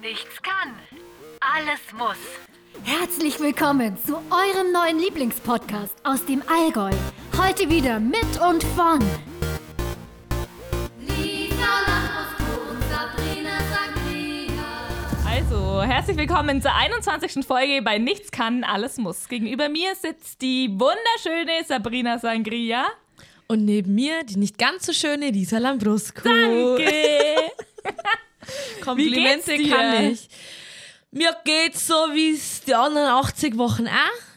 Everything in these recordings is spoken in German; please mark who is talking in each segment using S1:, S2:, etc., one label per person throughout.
S1: nichts kann, alles muss.
S2: Herzlich willkommen zu eurem neuen Lieblingspodcast aus dem Allgäu. Heute wieder mit und von
S3: Also, herzlich willkommen zur 21. Folge bei Nichts kann, alles muss. Gegenüber mir sitzt die wunderschöne Sabrina Sangria.
S4: Und neben mir die nicht ganz so schöne Lisa Lambrusco.
S3: Danke.
S4: Komplimente
S3: Wie geht's dir?
S4: kann ich. Mir geht's so, wie es die anderen 80 Wochen auch.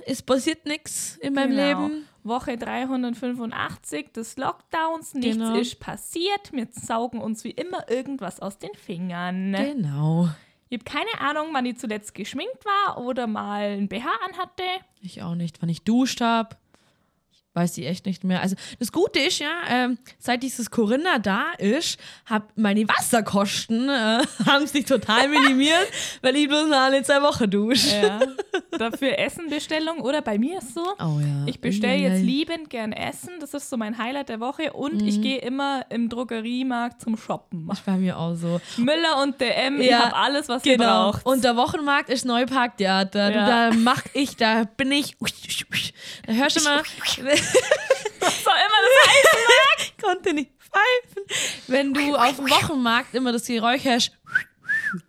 S4: Es passiert nichts in meinem
S3: Genau.
S4: Leben.
S3: Woche 385 des Lockdowns. Nichts
S4: Genau.
S3: ist passiert. Wir saugen uns wie immer irgendwas aus den Fingern.
S4: Genau.
S3: Ich habe keine Ahnung, wann ich zuletzt geschminkt war oder mal ein BH anhatte.
S4: Ich auch nicht. Wann ich duscht habe, weiß ich echt nicht mehr. Also das Gute ist ja, ähm, seit dieses Corinna da ist, hab meine Wasserkosten äh, haben sich total minimiert, weil ich bloß mal alle zwei Wochen dusche.
S3: Ja. Äh, Dafür Essenbestellung oder bei mir ist so.
S4: Oh ja.
S3: Ich bestelle jetzt
S4: Uiuiui.
S3: liebend gern Essen. Das ist so mein Highlight der Woche. Und ich gehe immer im Drogeriemarkt zum Shoppen.
S4: Bei mir auch so.
S3: Müller und DM, ich
S4: Ja,
S3: habe alles, was ihr braucht.
S4: Genau. Und der Wochenmarkt ist Neuparktheater.
S3: Ja.
S4: Du, da mach ich, da bin ich. Da hörst du mal.
S3: so immer
S4: konnte nicht pfeifen. Wenn du auf dem Wochenmarkt immer das Geräusch hörst,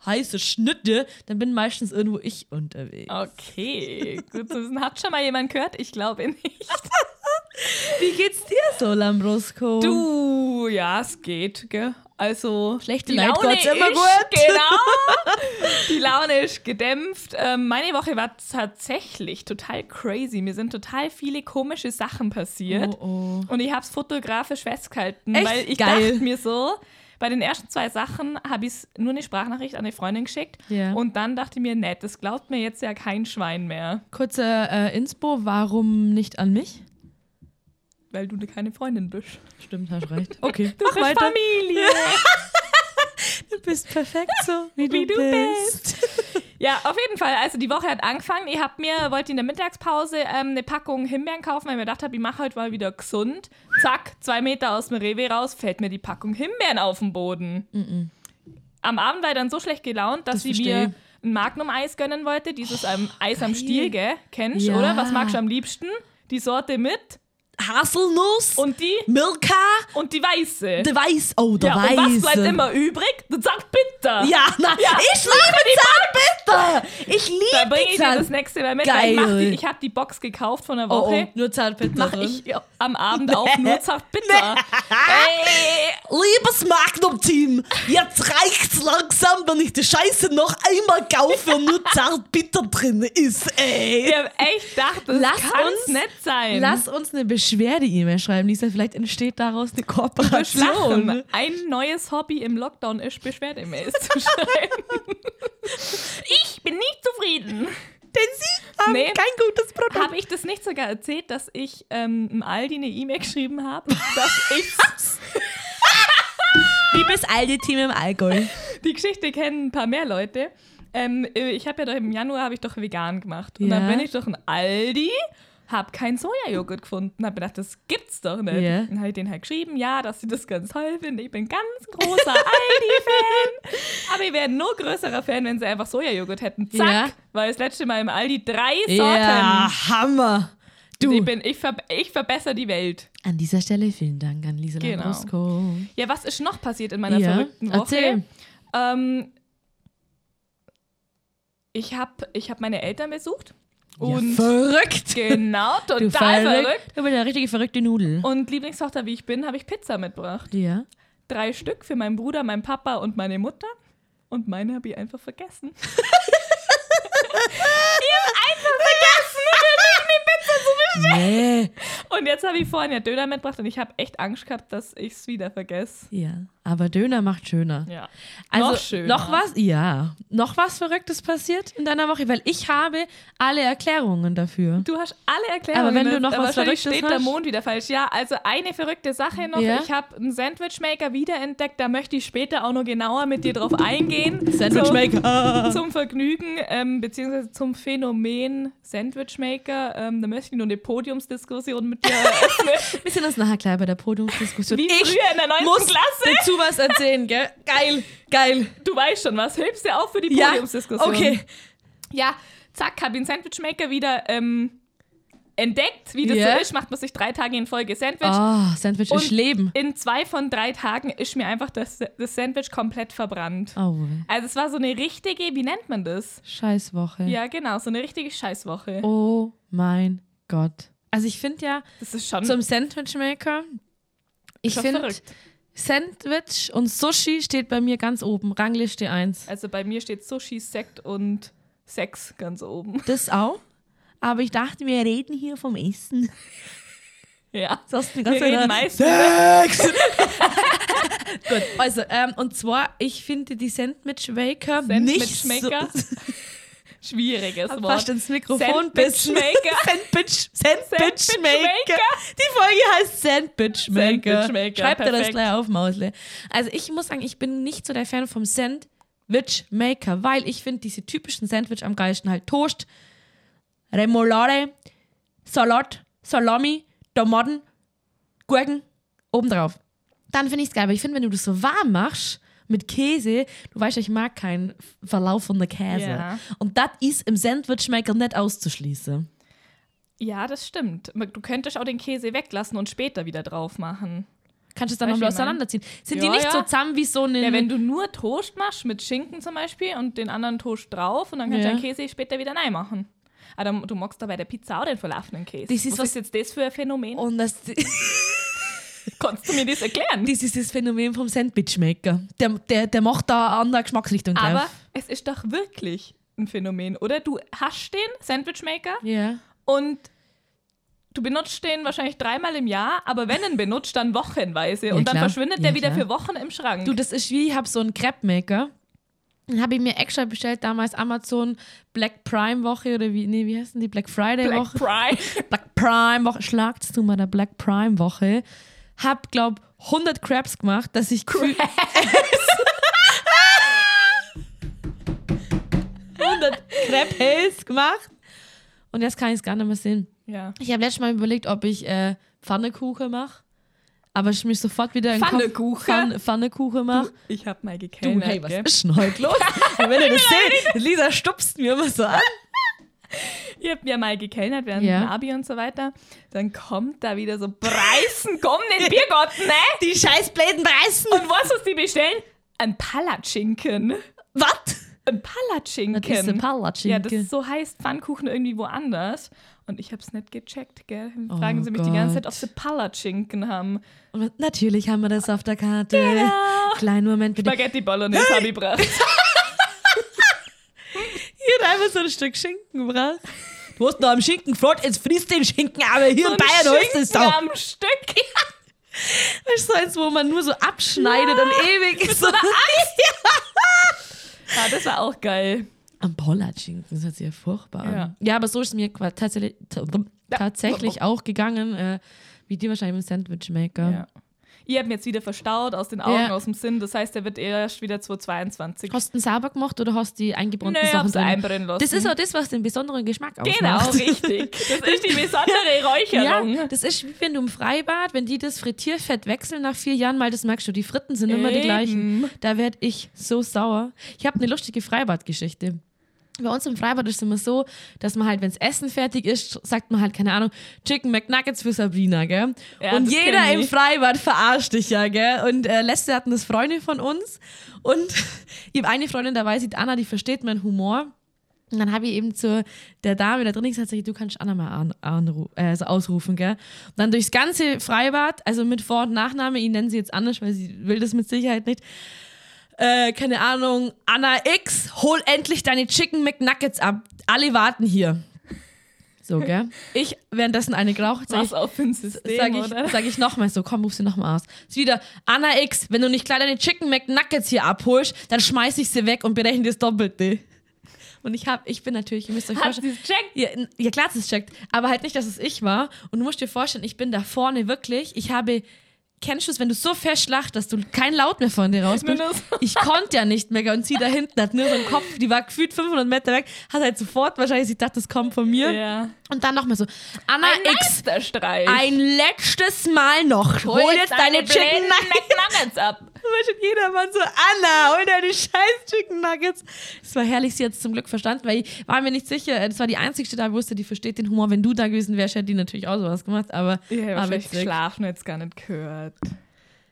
S4: heiße Schnitte, dann bin meistens irgendwo ich unterwegs.
S3: das. Okay, gut zu wissen. Hat schon mal jemand gehört? Ich glaube nicht.
S4: Wie geht's dir so, Lambrusco?
S3: Du, ja, es geht, gell? Also,
S4: Schlechte
S3: die
S4: Laune
S3: Laune
S4: geht's immer
S3: ist,
S4: gut.
S3: Genau. Die Laune ist gedämpft. Ähm, meine Woche war tatsächlich total crazy. Mir sind total viele komische Sachen passiert.
S4: Oh,
S3: Und ich habe es fotografisch festgehalten,
S4: Echt?
S3: weil ich
S4: Geil.
S3: dachte mir so, bei den ersten zwei Sachen habe ich nur eine Sprachnachricht an eine Freundin geschickt.
S4: Ja.
S3: Und dann dachte ich mir, nett, das glaubt mir jetzt ja kein Schwein mehr,
S4: Kurze äh, Inspo, warum nicht an mich?
S3: weil du keine Freundin bist.
S4: Stimmt, hast recht. Okay,
S3: Du bist Familie.
S4: Du bist perfekt so, wie,
S3: du ja, auf jeden Fall. Also die Woche hat angefangen. Ich hab mir, wollte in der Mittagspause ähm, eine Packung Himbeeren kaufen, weil ich mir gedacht habe, ich mache heute mal wieder gesund. Zack, zwei Meter aus dem Rewe raus, fällt mir die Packung Himbeeren auf den Boden. Am Abend war ich dann so schlecht gelaunt, dass
S4: Das
S3: ich
S4: versteh
S3: mir ein Magnum-Eis gönnen wollte. Dieses ähm, Eis am
S4: geil.
S3: Stiel, gell? Kennst du,
S4: Ja.
S3: oder? Was magst du am liebsten? Die Sorte mit
S4: Haselnuss,
S3: und die
S4: Milka,
S3: und die weiße.
S4: der Weiß. Oh, der
S3: ja,
S4: Weiße.
S3: und was bleibt immer übrig? Der Zartbitter.
S4: Ja, na, ich liebe Zahnbitter. Ich
S3: Dann
S4: liebe
S3: bringe ich dir
S4: Zahn-
S3: das nächste Mal mit. weil Ich, mach
S4: Geil.
S3: die- ich habe die Box gekauft von der
S4: Oh,
S3: Woche.
S4: oh, nur Zahnbitter.
S3: Mach
S4: drin.
S3: ich am Abend auch nur Zartbitter. Ey,
S4: Liebes Magnum-Team, jetzt reicht's langsam, wenn ich die Scheiße noch einmal kaufe und nur Zartbitter drin ist, ey.
S3: ich habe echt gedacht, das
S4: Lass
S3: kann's
S4: uns-
S3: nicht sein.
S4: Lass uns eine Beschwerde-E-Mail schreiben, Lisa. Vielleicht entsteht daraus eine Kooperation.
S3: Schlafen. Ein neues Hobby im Lockdown ist Beschwerdemails zu schreiben. ich bin nicht zufrieden.
S4: Denn Sie haben
S3: Nee.
S4: kein gutes Produkt.
S3: Habe ich das nicht sogar erzählt, dass ich ähm, im Aldi eine E-Mail geschrieben habe, dass ich
S4: Liebes alte Team im Allgäu.
S3: die Geschichte kennen ein paar mehr Leute. Ähm, ich habe ja doch im Januar habe ich doch vegan gemacht und dann
S4: Ja.
S3: bin ich doch in Aldi, habe keinen Sojajoghurt gefunden, habe gedacht, das gibt's doch nicht.
S4: Ja.
S3: Dann habe ich denen halt geschrieben, ja, dass sie das ganz toll finden. Ich bin ganz großer Aldi-Fan, aber ich wäre ein nur größerer Fan, wenn sie einfach Sojajoghurt hätten. Zack,
S4: Ja.
S3: weil das letzte Mal im Aldi drei Sorten.
S4: Ja, Hammer. Du,
S3: Ich, bin, ich, ver ich verbessere die Welt.
S4: an dieser Stelle vielen Dank an Lisa
S3: Genau.
S4: Lambrusco.
S3: Ja, was ist noch passiert in meiner
S4: Ja,
S3: verrückten Woche?
S4: erzähl.
S3: Ähm, ich habe ich hab meine Eltern besucht. Und
S4: verrückt.
S3: genau, total
S4: Du
S3: verrückt.
S4: verrückt. Du bist eine richtige verrückte Nudel.
S3: Und Lieblingstochter, wie ich bin, habe ich Pizza mitgebracht.
S4: ja.
S3: Drei Stück für meinen Bruder, meinen Papa und meine Mutter. Und meine habe ich einfach vergessen. ich habe einfach vergessen, für mich eine Pizza zu bestellen.
S4: Nee.
S3: Und jetzt habe ich vorhin ja Döner mitgebracht und ich habe echt Angst gehabt, dass ich es wieder vergesse.
S4: Ja. Aber Döner macht schöner.
S3: Ja.
S4: Also
S3: noch schöner.
S4: noch was? Ja. Noch was Verrücktes passiert in deiner Woche, weil ich habe alle Erklärungen dafür.
S3: Du hast alle Erklärungen.
S4: Aber wenn du noch
S3: aber
S4: was
S3: wahrscheinlich
S4: Verrücktes
S3: steht der
S4: hast?
S3: Mond wieder falsch. Ja, also eine verrückte Sache noch.
S4: Ja?
S3: Ich habe einen Sandwichmaker wiederentdeckt. Da möchte ich später auch noch genauer mit dir drauf eingehen.
S4: Maker.
S3: Zum, zum Vergnügen, ähm, beziehungsweise zum Phänomen Sandwichmaker. Ähm, da möchte ich nur eine Podiumsdiskussion mit und dir öffne.
S4: Wir sehen uns nachher gleich bei der Podiumsdiskussion.
S3: Wie früher in der 9.
S4: muss
S3: Klasse.
S4: dazu was erzählen, gell? Geil, geil.
S3: Du weißt schon was, hilfst dir auch für die
S4: Ja,
S3: Podiumsdiskussion.
S4: okay.
S3: Ja, zack, habe den Sandwichmaker wieder ähm, entdeckt. Wie das
S4: Ja.
S3: so ist, macht man sich drei Tage in Folge Sandwich.
S4: Oh, Sandwich
S3: Und
S4: ist Leben.
S3: In zwei von drei Tagen ist mir einfach das, das Sandwich komplett verbrannt.
S4: Oh,
S3: Also es war so eine richtige, wie nennt man das?
S4: Scheißwoche.
S3: Ja, genau, so eine richtige Scheißwoche.
S4: Oh mein Gott. Also ich finde ja,
S3: Das ist schon
S4: zum Sandwichmaker, ich
S3: Hm? Schon
S4: finde
S3: verrückt.
S4: Sandwich und Sushi steht bei mir ganz oben, Rangliste 1.
S3: Also bei mir steht Sushi, Sekt und Sex ganz oben.
S4: Das auch. Aber ich dachte, wir reden hier vom Essen.
S3: Ja.
S4: Sonst eine
S3: Wir
S4: ganze
S3: reden meistens.
S4: Gut, also, ähm, und zwar, ich finde die Sandwichmaker nicht
S3: Sandwichmaker. Schwieriges
S4: so...
S3: Wort.
S4: Fast ins Mikrofon bissen.
S3: Sandwichmaker.
S4: Sandwich, Sandwichmaker. Die Folge heißt Sandwichmaker.
S3: Sandwichmaker,
S4: Schreibt dir das
S3: perfekt.
S4: gleich auf, Mausle. Also ich muss sagen, ich bin nicht so der Fan vom Sandwichmaker, weil ich finde diese typischen Sandwich am geilsten halt Toast, Remoulade, Salat, Salami, Tomaten, Gurken obendrauf. Dann finde ich es geil, aber ich finde, wenn du das so warm machst, mit Käse, du weißt ja, ich mag keinen Verlauf von der Käse.
S3: Ja.
S4: Und das ist im Sandwichmaker nicht auszuschließen.
S3: Ja, das stimmt. Du könntest auch den Käse weglassen und später wieder drauf machen.
S4: Kannst du es dann nochmal
S3: Weißt du, wie ich mein?
S4: auseinanderziehen? Sind die
S3: Ja,
S4: nicht
S3: ja.
S4: so zusammen wie so eine.
S3: Ja, wenn du nur Toast machst, mit Schinken zum Beispiel, und den anderen Toast drauf, und dann kannst
S4: Ja.
S3: du den Käse später wieder rein machen. Aber du magst da bei der Pizza auch den verlaufenden Käse.
S4: Das ist
S3: was,
S4: was-
S3: ist jetzt das für ein Phänomen?
S4: und das, das
S3: Kannst du mir das erklären?
S4: ist das Phänomen vom Sandwichmaker. Der, der, der macht da eine andere Geschmacksrichtung drauf.
S3: Aber es ist doch wirklich ein Phänomen, oder? Du hast den Sandwichmaker
S4: Ja.
S3: und du benutzt den wahrscheinlich dreimal im Jahr, aber wenn ihn benutzt, dann wochenweise.
S4: Ja,
S3: und dann
S4: klar.
S3: verschwindet
S4: Ja,
S3: der wieder
S4: klar.
S3: für Wochen im Schrank.
S4: Du, das ist wie, ich habe so einen Crepe-Maker. Den habe ich mir extra bestellt, damals Amazon Black Prime Woche oder wie, nee, wie heißen die? Black Friday
S3: Black
S4: Woche.
S3: Pride.
S4: Black Prime Woche. Schlagst du mal der Black Prime Woche. Hab, glaub, 100 Crabs gemacht, dass ich gefühlt 100 Crabs gemacht. Und jetzt kann ich es gar nicht mehr sehen.
S3: Ja.
S4: Ich habe letztes Mal überlegt, ob ich äh, Pfannekuchen mache. Aber ich mich sofort wieder in den Kopf-
S3: Pfannekuchen?
S4: Pfann, Pfannekuchen mache.
S3: Ich hab mal gekellnert.
S4: Du, hey, was
S3: gell?
S4: ist denn heute los? Und wenn ihr das seht, Lisa stupst mir immer so an.
S3: Ich hab ja mal gekellnert während
S4: Ja.
S3: dem Abi und so weiter. Dann kommt da wieder so Preisen, komm, den Biergott, ne?
S4: Die scheiß Bläden reißen.
S3: Und was muss die bestellen? Ein Palatschinken.
S4: Was?
S3: Ein Palatschinken.
S4: Das ist ein Palatschinken.
S3: Ja, das so heißt Pfannkuchen irgendwie woanders. Und ich hab's nicht gecheckt, gell? Dann
S4: Oh
S3: Fragen sie mich die ganze Zeit,
S4: Gott.
S3: ob sie Palatschinken haben.
S4: Und natürlich haben wir das auf der Karte. Kleinen Moment bitte.
S3: Spaghetti Bolognese hab ich gebracht.
S4: Hier hat einfach so ein Stück Schinken gebracht. Du hast noch am Schinken gefragt, jetzt frisst den Schinken, aber hier in
S3: Ein
S4: Bayern heißt es
S3: Schinken
S4: doch.
S3: am Stück.
S4: Das ist so eins, wo man nur so abschneidet und ewig so.
S3: Ja, Ah, das war auch geil.
S4: Am Pollatschinken, das hört sich ja furchtbar an. Ja,
S3: Ja.
S4: aber so ist es mir qua- tatsächlich, t- tatsächlich auch gegangen, äh, wie dir wahrscheinlich im Sandwichmaker.
S3: Ja. Ich hab ihn jetzt wieder verstaut aus den Augen,
S4: Ja.
S3: aus dem Sinn. Das heißt, er wird erst wieder 2022.
S4: Hast du ihn sauber gemacht oder hast du die eingebrannten
S3: Nö, ich
S4: Sachen
S3: hab's
S4: drin?
S3: einbrennen lassen.
S4: Das ist auch das, was den besonderen Geschmack
S3: Genau,
S4: ausmacht.
S3: richtig. Das ist die besondere Räucherung.
S4: Ja, das ist wie wenn du im Freibad, wenn die das Frittierfett wechseln nach vier Jahren, mal das merkst du, die Fritten sind immer die
S3: Eben.
S4: gleichen. Da werd ich so sauer. Ich habe eine lustige Freibadgeschichte. Bei uns im Freibad ist es immer so, dass man halt, wenns Essen fertig ist, sagt man halt, keine Ahnung, Chicken McNuggets für Sabrina, gell?
S3: Ja,
S4: und
S3: das
S4: jeder
S3: kenn
S4: im
S3: ich.
S4: Freibad verarscht dich ja, gell? Und äh, letzte hatten das Freunde von uns und ich habe eine Freundin dabei, sieht Anna, die versteht meinen Humor. Und dann habe ich eben zu der Dame da drin gesagt, sag ich, du kannst Anna mal an, anru- äh, so ausrufen, gell? Und dann durchs ganze Freibad, also mit Vor- und Nachname, ihn nennen sie jetzt anders, weil sie will das mit Sicherheit nicht. Äh, keine Ahnung, Anna X, hol endlich deine Chicken McNuggets ab. Alle warten hier. So, gell? Ich währenddessen eine geraucht, sag ich,
S3: Was auf ein System,
S4: sag
S3: oder?
S4: ich, sag ich nochmal so, komm, ruf sie nochmal aus. Ist wieder, Anna X, wenn du nicht gleich deine Chicken McNuggets hier abholst, dann schmeiß ich sie weg und berechne das Doppelte. Und ich hab, ich bin natürlich, ihr müsst euch
S3: Hat
S4: vorstellen.
S3: sie checkt?
S4: Ja, n- ja, klar, dass es checkt. Aber halt nicht, dass es ich war. Und du musst dir vorstellen, ich bin da vorne wirklich. Ich habe kennst du es, wenn du so fest lachst, dass du kein Laut mehr von dir rausbringst?
S3: Nur das.
S4: Ich konnte ja nicht mehr und sie da hinten hat nur so einen Kopf, die war gefühlt 500 Meter weg, hat halt sofort wahrscheinlich, sie dachte, das kommt von mir.
S3: Ja.
S4: Und dann nochmal so, Anna
S3: Ein
S4: X,
S3: letzter Streich.
S4: Ah, ein letztes Mal noch, hol, jetzt deine Chicken Nuggets.
S3: McNuggets ab. Ah,
S4: Zum Beispiel jeder Mann so, Anna, hol deine scheiß Chicken Nuggets. Es war herrlich, sie hat es zum Glück verstanden, weil ich war mir nicht sicher, äh, das war die einzigste, da ich wusste, die versteht den Humor. Wenn du da gewesen wärst, hätte die natürlich auch sowas gemacht, aber war
S3: Ja, aber ich
S4: witzig.
S3: schlafen jetzt gar nicht gehört.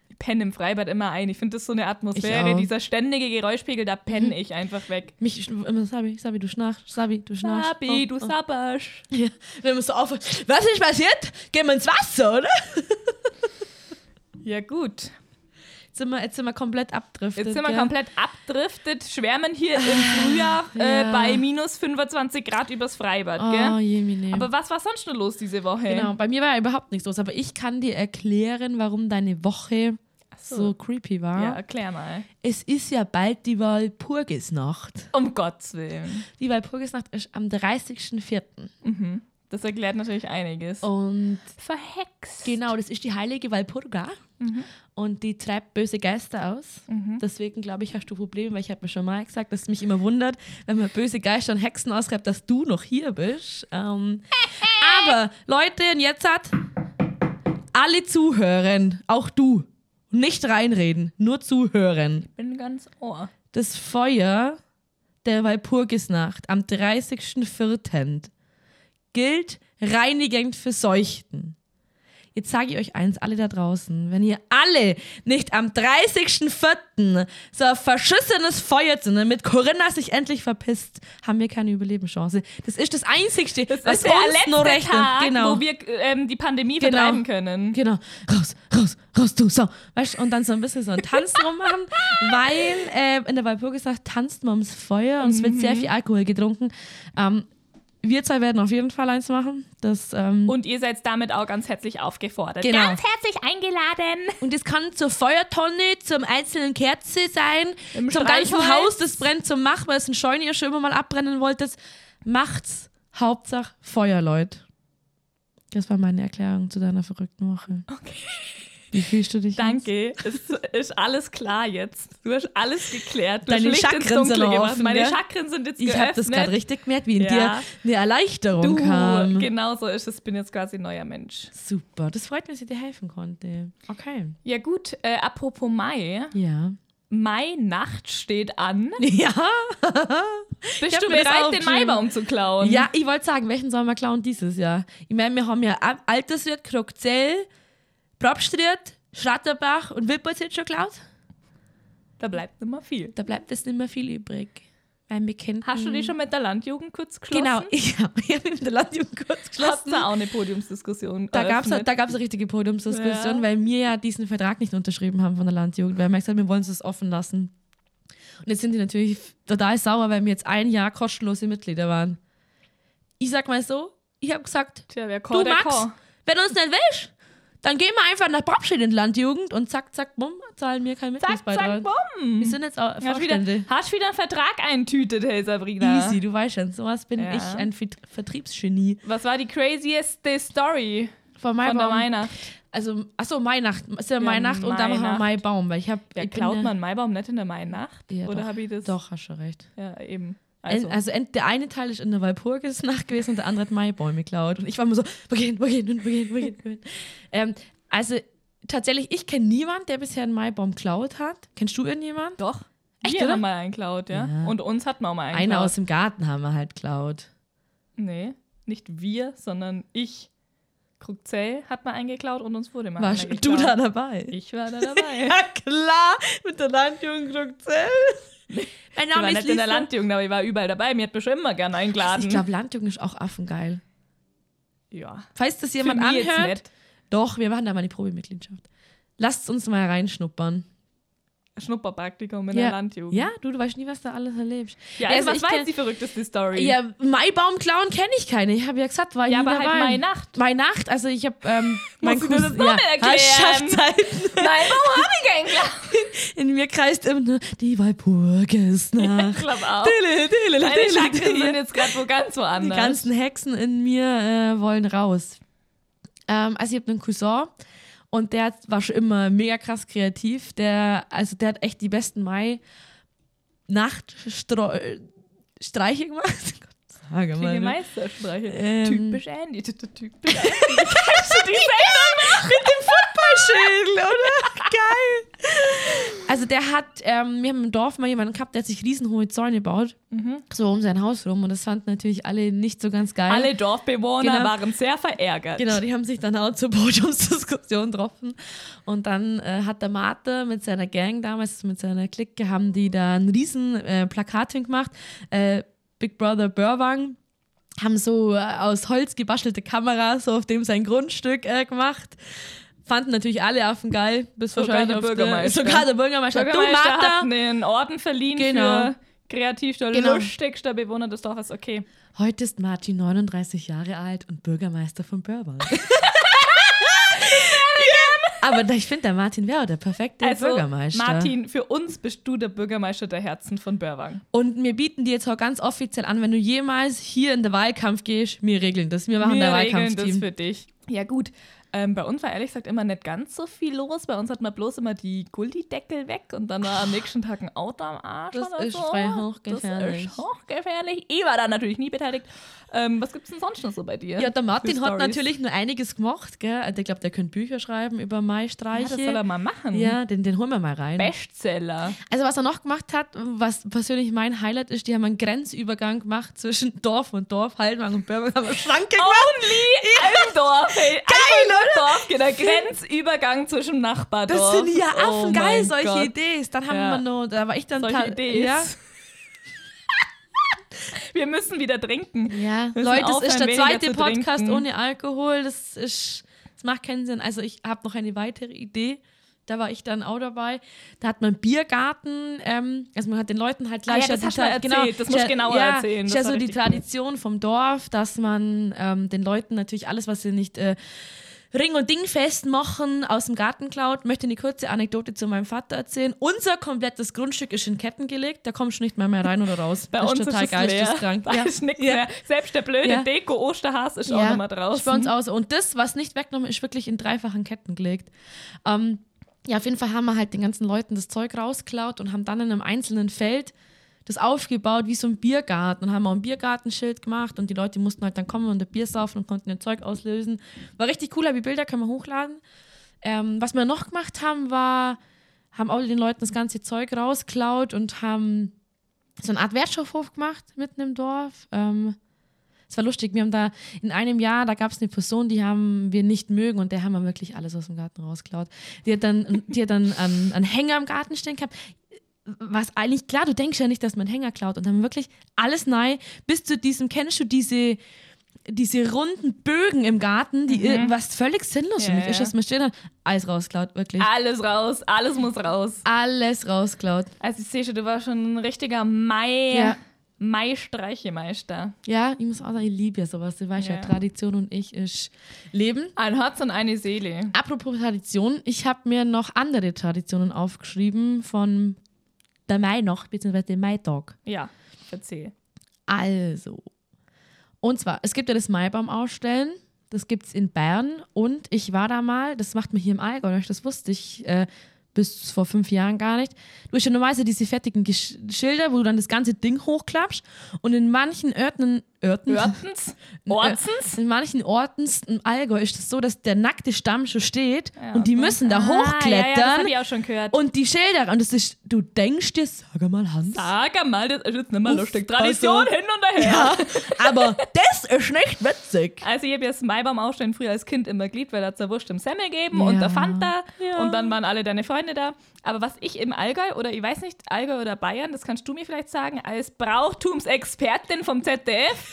S3: Ich penne im Freibad immer ein. Ich finde das so eine Atmosphäre,
S4: auch. Mhm.
S3: dieser ständige Geräuschpegel, da penne ich einfach weg.
S4: Mich sch- immer Sabi, Sabi, du schnarchst, Sabi, du schnarchst.
S3: Sabi, du
S4: oh, oh.
S3: sabbersch.
S4: Ja, Wenn man so auf, was ist passiert? Gehen wir ins Wasser, oder?
S3: Ja, gut.
S4: Jetzt sind wir, jetzt sind wir komplett abdriftet.
S3: Jetzt sind wir
S4: gell?
S3: komplett abdriftet, schwärmen hier im Frühjahr
S4: Ah, Ja.
S3: äh, bei minus 25 Grad übers Freibad,
S4: Oh,
S3: gell?
S4: Jemine.
S3: Aber was war sonst noch los diese Woche?
S4: genau, bei mir war ja überhaupt nichts los, aber ich kann dir erklären, warum deine Woche so.
S3: so.
S4: creepy war.
S3: Ja, erklär mal.
S4: Es ist ja bald die Walpurgisnacht.
S3: Um Gottes Willen.
S4: Die Walpurgisnacht ist am 30.04.
S3: Das erklärt natürlich einiges.
S4: Oh. Und
S3: Verhext.
S4: genau, das ist die heilige Walpurga. Und die treibt böse Geister aus. Deswegen glaube ich, hast du Probleme, weil ich habe mir schon mal gesagt, dass es mich immer wundert, wenn man böse Geister und Hexen austreibt, dass du noch hier bist. Ähm, aber Leute, und jetzt hat alle zuhören, auch du. Nicht reinreden, nur zuhören.
S3: Ich bin ganz ohr.
S4: das Feuer der Walpurgisnacht am 30.04. gilt reinigend für Seuchten. Jetzt sage ich euch eins, alle da draußen, wenn ihr alle nicht am 30.04. so ein verschissenes Feuer zündet, mit Corinna sich endlich verpisst, haben wir keine Überlebenschance. Das ist das Einzigste, was
S3: der
S4: uns
S3: letzte
S4: noch rechnet.
S3: Tag,
S4: genau.
S3: wo wir ähm, die Pandemie
S4: Genau.
S3: vertreiben können.
S4: Genau. Raus, raus, raus, du Sau. Weißt du, und dann so ein bisschen so einen Tanz drum machen, weil äh, in der Walpurgisnacht tanzt man ums Feuer und es wird
S3: Mhm.
S4: sehr viel Alkohol getrunken. Ähm, wir zwei werden auf jeden Fall eins machen. Das, ähm,
S3: Und ihr seid damit auch ganz herzlich aufgefordert.
S4: Genau.
S3: Ganz herzlich eingeladen.
S4: und es kann zur Feuertonne, zum einzelnen Kerze sein,
S3: Im
S4: zum ganzen
S3: Streichholz.
S4: Haus, das brennt, zum Machweißen Scheune, ihr schon immer mal abbrennen wolltet. Macht's. Hauptsache Feuer, Leute. Das war meine Erklärung zu deiner verrückten Woche. Okay. Wie fühlst du dich? jetzt?
S3: Danke, es ist alles klar jetzt. Du hast alles geklärt. Du
S4: Deine
S3: hast Licht ins
S4: Chakren sind
S3: Dunkle
S4: noch
S3: gemacht.
S4: offen,
S3: Meine
S4: gell?
S3: Chakren sind jetzt
S4: Ich
S3: geöffnet.
S4: habe das gerade richtig gemerkt, wie in
S3: Ja.
S4: dir eine Erleichterung
S3: Du,
S4: kam.
S3: genau so ist es. Ich bin jetzt quasi ein neuer Mensch.
S4: Super, das freut mich, dass ich dir helfen konnte. Okay.
S3: Ja gut, äh, apropos Mai.
S4: Ja.
S3: Mai-Nacht steht an.
S4: Ja.
S3: Bist
S4: hab
S3: du
S4: mir das
S3: bereit, den
S4: aufgeschrieben.
S3: Maibaum zu klauen?
S4: Ja, ich wollte sagen, welchen sollen wir klauen dieses Jahr? Ich meine, wir haben ja Al- Altersried, Krokzell, Probstried, Schratterbach und Wippertitt schon geklaut.
S3: Da bleibt nicht mehr viel.
S4: Da bleibt jetzt nicht mehr viel übrig. Weil wir kennen.
S3: Hast du dich schon mit der Landjugend kurz geschlossen?
S4: Mhm. Genau, ich habe hab mich mit der Landjugend kurz
S3: Hast
S4: geschlossen.
S3: du auch eine Podiumsdiskussion
S4: Da gab es
S3: eröffnet?
S4: da gab's eine richtige Podiumsdiskussion,
S3: Ja.
S4: weil wir ja diesen Vertrag nicht unterschrieben haben von der Landjugend, weil wir gesagt haben, wir wollen es das offen lassen. Und jetzt sind die natürlich total sauer, weil wir jetzt ein Jahr kostenlose Mitglieder waren. Ich sag mal so, ich habe gesagt,
S3: Tja, wer
S4: du
S3: Chor, der
S4: Max,
S3: Chor.
S4: wenn du uns nicht willst, dann gehen wir einfach nach Brabschied in die Landjugend und zack, zack, bumm, zahlen wir keinen
S3: Zack, zack,
S4: Mitgliedsbeitrag.
S3: bumm.
S4: Wir sind jetzt auch
S3: Hast wieder,
S4: Vorstände.
S3: hast wieder einen Vertrag eintütet, hey Sabrina.
S4: Easy, du weißt schon, sowas bin
S3: Ja.
S4: ich, ein Vert- Vertriebsgenie.
S3: Was war die craziest Story
S4: Von,
S3: von der
S4: Maibaum-
S3: Weihnacht?
S4: Also, achso, Weihnacht. Ist ja, Weihnacht und dann machen wir
S3: Weihnacht.
S4: Maibaum, weil ich habe.
S3: Ja, klaut man Maibaum nicht in der Weihnacht?
S4: Ja,
S3: Oder
S4: doch.
S3: habe ich das?
S4: Doch, hast du recht.
S3: Ja, eben.
S4: Also,
S3: Also,
S4: en, also ent, der eine Teil ist in der Walpurgisnacht gewesen und der andere hat Maibäume geklaut. Und ich war immer so, wo gehen, wo gehen, wo gehen, wo gehen, wo gehen. ähm, also, tatsächlich, ich kenne niemanden, der bisher einen Maibaum geklaut hat. Kennst du irgendjemanden?
S3: doch.
S4: Echt,
S3: wir
S4: oder?
S3: haben mal einen geklaut, ja?
S4: Ja.
S3: Und uns hat man auch mal einen
S4: Einer
S3: geklaut.
S4: aus dem Garten haben wir halt geklaut.
S3: Nee, nicht wir, sondern ich. Krugzell hat mal eingeklaut und uns wurde mal
S4: Warst
S3: einer
S4: du da
S3: geklaut.
S4: dabei?
S3: Ich war da dabei.
S4: Ja, klar, mit der Landjugend Krugzell. mein
S3: Ich war
S4: Name ist
S3: nicht in der
S4: Lisa.
S3: Landjugend, aber ich war überall dabei. Mir hat mich schon immer gerne eingeladen.
S4: Ich glaube, Landjugend ist auch affengeil.
S3: ja.
S4: Falls das jemand
S3: Für mich jetzt
S4: anhört, Doch, wir machen da mal die Probemitgliedschaft. Lasst uns mal reinschnuppern.
S3: nicht. Schnupperpraktikum in
S4: ja.
S3: der Landjugend.
S4: ja, du, du weißt nie, was da alles erlebst.
S3: Ja, also,
S4: ich
S3: was war
S4: kenn-
S3: jetzt die verrückteste Story?
S4: Ja, Maibaum klauen kenne ich keine. Ich habe ja gesagt, war
S3: Ja,
S4: nie
S3: aber halt
S4: dabei.
S3: Mai-Nacht.
S4: Mai-Nacht, also ich habe ähm, mein
S3: Musst du dir das
S4: Cousin-
S3: noch
S4: ja,
S3: mal erklären?
S4: Ah, schafft halt.
S3: Nein, warum habe ich keinen Glauben?
S4: In mir kreist immer nur die Walpurgisnacht.
S3: Ich glaube auch.
S4: Dille, dille,
S3: Meine
S4: dille,
S3: Chakren
S4: dille.
S3: sind jetzt gerade wo ganz
S4: Die
S3: woanders.
S4: ganzen Hexen in mir äh, wollen raus. Ähm, also ich habe einen Cousin Und der war schon immer mega krass kreativ. Der, also der hat echt die besten Mai-Nacht-Streiche gemacht. Gott, sage
S3: Kriege Meisterstreiche.
S4: Ähm.
S3: typisch Andy. t- t- Typisch Andy. Kennst du die Sendung mit dem
S4: Fußballschädel, oder? Geil. Also der hat, ähm, wir haben im Dorf mal jemanden gehabt, der hat sich riesenhohe Zäune gebaut, so um sein Haus rum und das fanden natürlich alle nicht so ganz geil.
S3: Alle Dorfbewohner
S4: Genau.
S3: waren sehr verärgert.
S4: Genau, die haben sich dann auch zur Podiumsdiskussion getroffen. Und dann äh, hat der Mate mit seiner Gang damals, also mit seiner Clique, haben die da ein riesen äh, Plakat hingemacht. Äh, Big Brother Börwang haben so äh, aus Holz gebastelte Kameras so auf dem sein Grundstück äh, gemacht. Fanden natürlich alle Affen geil, bis
S3: Sogar
S4: wahrscheinlich
S3: der
S4: auf
S3: Bürgermeister.
S4: sogar der Bürgermeister.
S3: Bürgermeister
S4: Du
S3: hat
S4: Mate!
S3: einen Orden verliehen
S4: Genau.
S3: für kreativster,
S4: Genau.
S3: lustigster Bewohner des Dorfes. Okay.
S4: Heute ist Martin 39 Jahre alt und Bürgermeister von Börbang. Aber da- ich finde, der Martin wäre auch der perfekte Bürgermeister.
S3: Also, Martin, für uns bist du der Bürgermeister der Herzen von Börwang.
S4: Und wir bieten dir jetzt auch ganz offiziell an, wenn du jemals hier in den Wahlkampf gehst, wir regeln das. Wir machen
S3: Wir
S4: der
S3: regeln das
S4: Wahlkampfteam.
S3: für dich. Ja gut, ähm, bei uns war ehrlich gesagt immer nicht ganz so viel los. Bei uns hat man bloß immer die Gullideckel weg und dann war am nächsten Tag ein Auto am Arsch
S4: Das
S3: oder
S4: ist
S3: so.
S4: frei hochgefährlich.
S3: Das ist hochgefährlich. Ich war da natürlich nie beteiligt. Ähm, was gibt's denn sonst noch so bei dir?
S4: Ja, der Martin
S3: Für
S4: hat
S3: Stories?
S4: natürlich nur einiges gemacht, gell? Also Ich glaube, der könnte Bücher schreiben über
S3: Ja, das
S4: Maistreiche.
S3: soll er mal machen.
S4: ja, den, den holen wir mal rein.
S3: Bestseller.
S4: Also was er noch gemacht hat, was persönlich mein Highlight ist, die haben einen Grenzübergang gemacht zwischen Dorf und Dorf, Heilmann und Birmingham, haben eine Schranke gemacht.
S3: Only im Dorf. Hey. Geil, oder? Dorf, genau. Grenzübergang zwischen
S4: Das
S3: Nachbardorf.
S4: sind ja
S3: Oh
S4: Affen,
S3: mein
S4: geil, solche
S3: Gott.
S4: Ideen. Dann haben
S3: Ja.
S4: wir noch, da war ich dann
S3: Solche
S4: ta-
S3: Ideen.
S4: Ja,
S3: Wir müssen wieder trinken.
S4: ja.
S3: Müssen
S4: Leute, das
S3: aufhören,
S4: ist der
S3: weniger
S4: zweite
S3: zu
S4: Podcast
S3: trinken.
S4: ohne Alkohol. Das ist, das macht keinen Sinn. Also ich habe noch eine weitere Idee. Da war ich dann auch dabei. Da hat man einen Biergarten. Ähm, also man hat den Leuten halt gleich
S3: Ah ja, das
S4: die
S3: hast du mal
S4: Tra-
S3: erzählt. Das musst du genauer
S4: ja,
S3: erzählen.
S4: Ist
S3: Das
S4: ja
S3: war
S4: so die
S3: richtig cool.
S4: Tradition vom Dorf, dass man ähm, den Leuten natürlich alles, was sie nicht äh, Ring und Ding festmachen aus dem Garten klaut, möchte eine kurze Anekdote zu meinem Vater erzählen. Unser komplettes Grundstück ist in Ketten gelegt, da kommst du nicht mehr, mehr rein oder raus.
S3: Bei
S4: das
S3: uns
S4: ist total
S3: ist es leer.
S4: geisteskrank.
S3: Da
S4: Ja.
S3: ist nichts
S4: Ja.
S3: mehr. Selbst der blöde
S4: Ja.
S3: Deko Osterhas ist auch
S4: Ja,
S3: nochmal
S4: ist bei uns
S3: draußen.
S4: auch so. Und das, was nicht weggenommen ist, wirklich in dreifachen Ketten gelegt. Ähm, ja, auf jeden Fall haben wir halt den ganzen Leuten das Zeug rausgeklaut und haben dann in einem einzelnen Feld das aufgebaut wie so ein Biergarten und haben auch ein Biergartenschild gemacht und die Leute mussten halt dann kommen und ein Bier saufen und konnten ihr Zeug auslösen. War richtig cool, aber die Bilder können wir hochladen. Ähm, was wir noch gemacht haben, war, haben auch den Leuten das ganze Zeug rausgeklaut und haben so eine Art Wertstoffhof gemacht mitten im Dorf. Ähm, es war lustig, wir haben da in einem Jahr, da gab es eine Person, die haben wir nicht mögen und der haben wir wirklich alles aus dem Garten rausgeklaut. Die hat dann, die hat dann ähm, einen, einen Hänger im Garten stehen gehabt. Was eigentlich, klar, du denkst ja nicht, dass man einen Hänger klaut und haben wirklich alles neu bis zu diesem, kennst du diese, diese runden Bögen im Garten, die ir- was völlig sinnlos für
S3: Mhm. Ja,
S4: mich ist,
S3: ja.
S4: dass man stehen hat, alles rausklaut, wirklich.
S3: Alles raus, alles muss raus.
S4: Alles rausklaut.
S3: Also ich sehe schon, du warst schon ein richtiger Mai,
S4: Ja.
S3: Mai-Streichemeister.
S4: Ja, ich muss auch sagen, ich liebe ja sowas. Du weißt ja,
S3: Ja.
S4: Tradition und ich ist Leben.
S3: Ein Herz und eine Seele.
S4: Apropos Tradition, ich habe mir noch andere Traditionen aufgeschrieben von der Mainacht bzw. dem Maitag.
S3: Ja, erzähl.
S4: Also, und zwar, es gibt ja das Maibaum ausstellen. Das gibt es in Bayern. Und ich war da mal, das macht man hier im Allgäu, das wusste ich äh, bis vor fünf Jahren gar nicht. Du hast ja normalerweise diese fertigen Gesch Schilder, wo du dann das ganze Ding hochklappst. Und in manchen Örten, Örten,
S3: Örtens? Ortsens?
S4: Äh, in manchen Orten im Allgäu ist es das so, dass der nackte Stamm schon steht
S3: Ja,
S4: und die
S3: so.
S4: müssen da
S3: Ah, ja, ja, das
S4: hochklettern.
S3: habe ich auch schon gehört.
S4: und die Schilder, und das ist, du denkst dir, sag mal, Hans.
S3: Sag Ah, mal, das ist jetzt nicht mehr
S4: Uff,
S3: lustig. Tradition
S4: also-
S3: hin und her.
S4: Ja, aber das ist nicht witzig.
S3: Also ich habe ja das Maibaum aufstellen früher als Kind immer geliebt, weil da hat's eine Wurst im Semmel gegeben
S4: Ja.
S3: und der Fanta
S4: Ja.
S3: und dann waren alle deine Freunde da. Aber was ich im Allgäu oder ich weiß nicht, Allgäu oder Bayern, das kannst du mir vielleicht sagen, als Brauchtumsexpertin vom ZDF.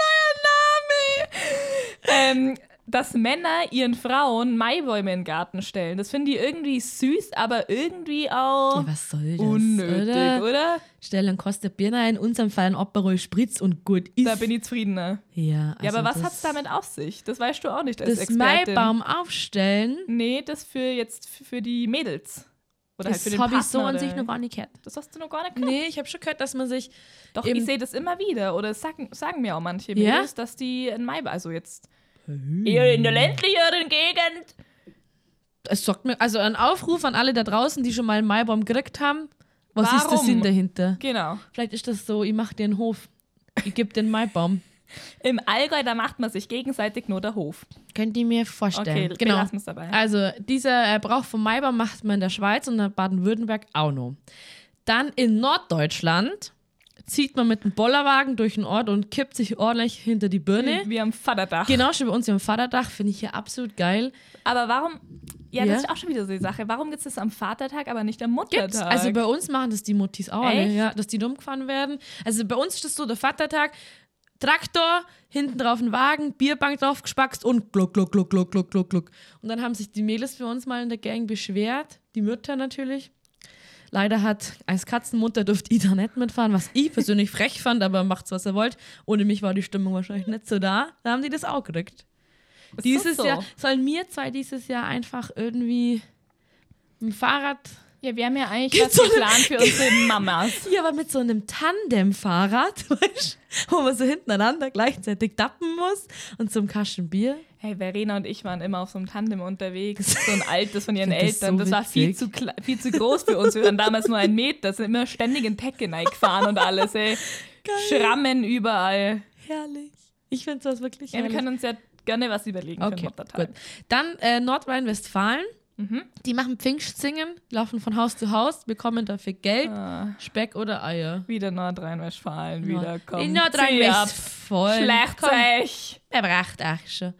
S3: oh das ist mein neuer Name! Ähm, dass Männer ihren Frauen Maibäume in den Garten stellen. Das finde ich irgendwie süß, aber irgendwie auch
S4: Ja, was soll das?
S3: unnötig,
S4: oder?
S3: oder?
S4: Stellen kostet Birne in unserem Fall ein Aperol Spritz und gut ist.
S3: Da bin ich zufriedener.
S4: ja,
S3: Ja,
S4: also
S3: aber was
S4: das-
S3: hat es damit auf sich? Das weißt du auch nicht als
S4: Das
S3: Expertin.
S4: Maibaum aufstellen,
S3: Nee, das für jetzt f- für die Mädels. Oder halt
S4: das
S3: für den
S4: habe
S3: Partner.
S4: ich so an
S3: oder-
S4: sich noch gar nicht gehört.
S3: Das hast du noch gar nicht gehört.
S4: Nee, ich habe schon gehört, dass man sich
S3: Doch,
S4: Eben.
S3: ich sehe das immer wieder. Oder es sagen, sagen mir auch manche
S4: Ja?
S3: Mädels, dass die in Maibaum, also jetzt Ihr in der ländlicheren Gegend.
S4: Es sagt mir, also ein Aufruf an alle da draußen, die schon mal einen Maibaum gekriegt haben. Was ist der
S3: Warum?
S4: Sinn dahinter?
S3: Genau.
S4: Vielleicht ist das so, ich mach dir einen Hof. Ich geb dir einen Maibaum.
S3: Im Allgäu, da macht man sich gegenseitig nur der Hof.
S4: Könnt ihr mir vorstellen.
S3: Okay,
S4: genau.
S3: belassen wir's dabei.
S4: Also, dieser äh, Brauch vom Maibaum macht man in der Schweiz und in Baden-Württemberg auch noch. Dann in Norddeutschland zieht man mit dem Bollerwagen durch den Ort und kippt sich ordentlich hinter die Birne.
S3: Wie am Vaterdach.
S4: Genau, schon bei uns hier am Vaterdach finde ich hier absolut geil.
S3: Aber warum? Ja,
S4: Ja.
S3: das ist auch schon wieder so die Sache. Warum gibt es das am Vatertag, aber nicht am Muttertag?
S4: Gibt's. Also bei uns machen das die Muttis auch alle,
S3: Echt?
S4: ja, dass die dumm gefahren werden. Also bei uns ist das so, der Vatertag, Traktor, hinten drauf ein Wagen, Bierbank draufgespackst und gluck, gluck, gluck, gluck, gluck, gluck, gluck. Und dann haben sich die Mädels bei uns mal in der Gang beschwert, die Mütter natürlich. Leider hat, als Katzenmutter durfte ich da nicht mitfahren, was ich persönlich frech fand, aber macht's, was ihr wollt. Ohne mich war die Stimmung wahrscheinlich nicht so da. Da haben die das auch gerückt.
S3: Ist
S4: Dieses
S3: das so?
S4: Jahr, sollen mir zwei dieses Jahr einfach irgendwie ein Fahrrad
S3: Ja, wir haben ja eigentlich was geplant für unsere Mamas.
S4: Ja, aber mit so einem Tandem-Fahrrad, weißt du, wo man so hintereinander gleichzeitig dappen muss und zum Kasten Bier.
S3: Hey, Verena und ich waren immer auf so einem Tandem unterwegs. So ein altes von ihren
S4: Ich find das
S3: Eltern.
S4: so
S3: das war viel
S4: witzig.
S3: zu, kle- viel zu groß für uns. Wir waren damals nur ein Meter, sind immer ständig in Päckchen gefahren und alles, ey. Schrammen überall.
S4: Herrlich. Ich finde sowas wirklich
S3: Ja, wir
S4: herrlich.
S3: können uns ja gerne was überlegen für den
S4: okay,
S3: Muttertag.
S4: gut. Dann äh, Nordrhein-Westfalen.
S3: Mhm.
S4: Die machen Pfingstsingen, laufen von Haus zu Haus, bekommen dafür Geld, Speck oder Eier.
S3: Wieder Nordrhein-Westfalen, Ah. wieder kommt.
S4: In
S3: Sie
S4: Nordrhein-Westfalen.
S3: ab. Schlecht
S4: Komm.
S3: euch.
S4: Er bracht auch schon.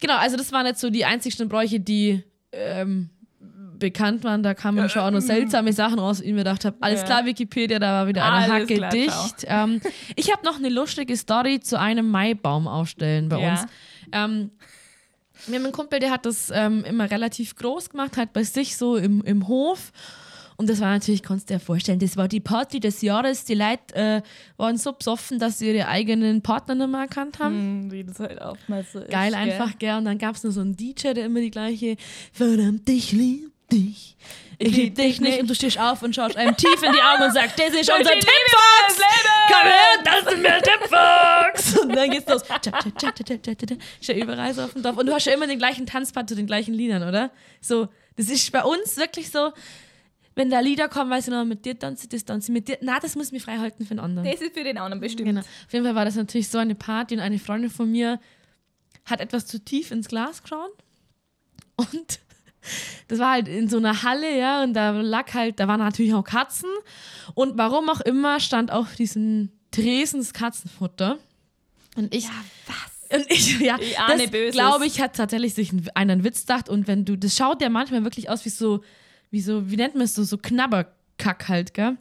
S4: Genau, also das waren jetzt so die einzigsten Bräuche, die ähm, bekannt waren. Da kamen schon auch noch seltsame Sachen raus, die ich mir gedacht habe, alles
S3: äh, Ja.
S4: klar, Wikipedia, da war wieder eine
S3: Alles
S4: Hacke
S3: klar,
S4: dicht. Ähm, ich habe noch eine lustige Story zu einem Maibaum aufstellen bei
S3: Ja.
S4: uns. Ähm, wir haben einen Kumpel, der hat das ähm, immer relativ groß gemacht, halt bei sich so im, im Hof. Und das war natürlich, kannst du dir vorstellen, das war die Party des Jahres. Die Leute äh, waren so besoffen, dass sie ihre eigenen Partner nicht mehr erkannt haben
S3: Hm, Wie das halt auch mal so ist,
S4: geil
S3: gell?
S4: einfach, gell? Und dann gab es nur so einen DJ, der immer die gleiche Verdammt, ich lieb dich. Ich, lieb dich nicht. Und du stehst auf und schaust einem tief in die Augen und sagst, das ist unser
S3: die Liebe
S4: Tipfox!
S3: meines Lebens!
S4: Komm her, das ist mir Tipfox! Und dann geht's los. Tja, tja, tja, tja, tja, tja, tja. Ist ja überall so auf dem Dorf. Und du hast ja immer den gleichen Tanzpart zu den gleichen Liedern, oder? So, das ist bei uns wirklich so, wenn da Lieder kommen, weiß ich noch, mit dir tanze, ich, das tanze ich, mit dir. Na, das muss mich frei halten für einen anderen.
S3: Das ist für den anderen bestimmt.
S4: Genau. Auf jeden Fall war das natürlich so eine Party und eine Freundin von mir hat etwas zu tief ins Glas geschaut und das war halt in so einer Halle, ja, und da lag halt, da waren natürlich auch Katzen und warum auch immer stand auf diesem Tresens Katzenfutter und ich und ich, ja,
S3: Ich ahne
S4: das
S3: Böses.
S4: glaube ich, hat tatsächlich sich ein- einer einen Witz gedacht. Und wenn du, das schaut ja manchmal wirklich aus wie so, wie so, wie nennt man es so, so Knabberkack halt, gell?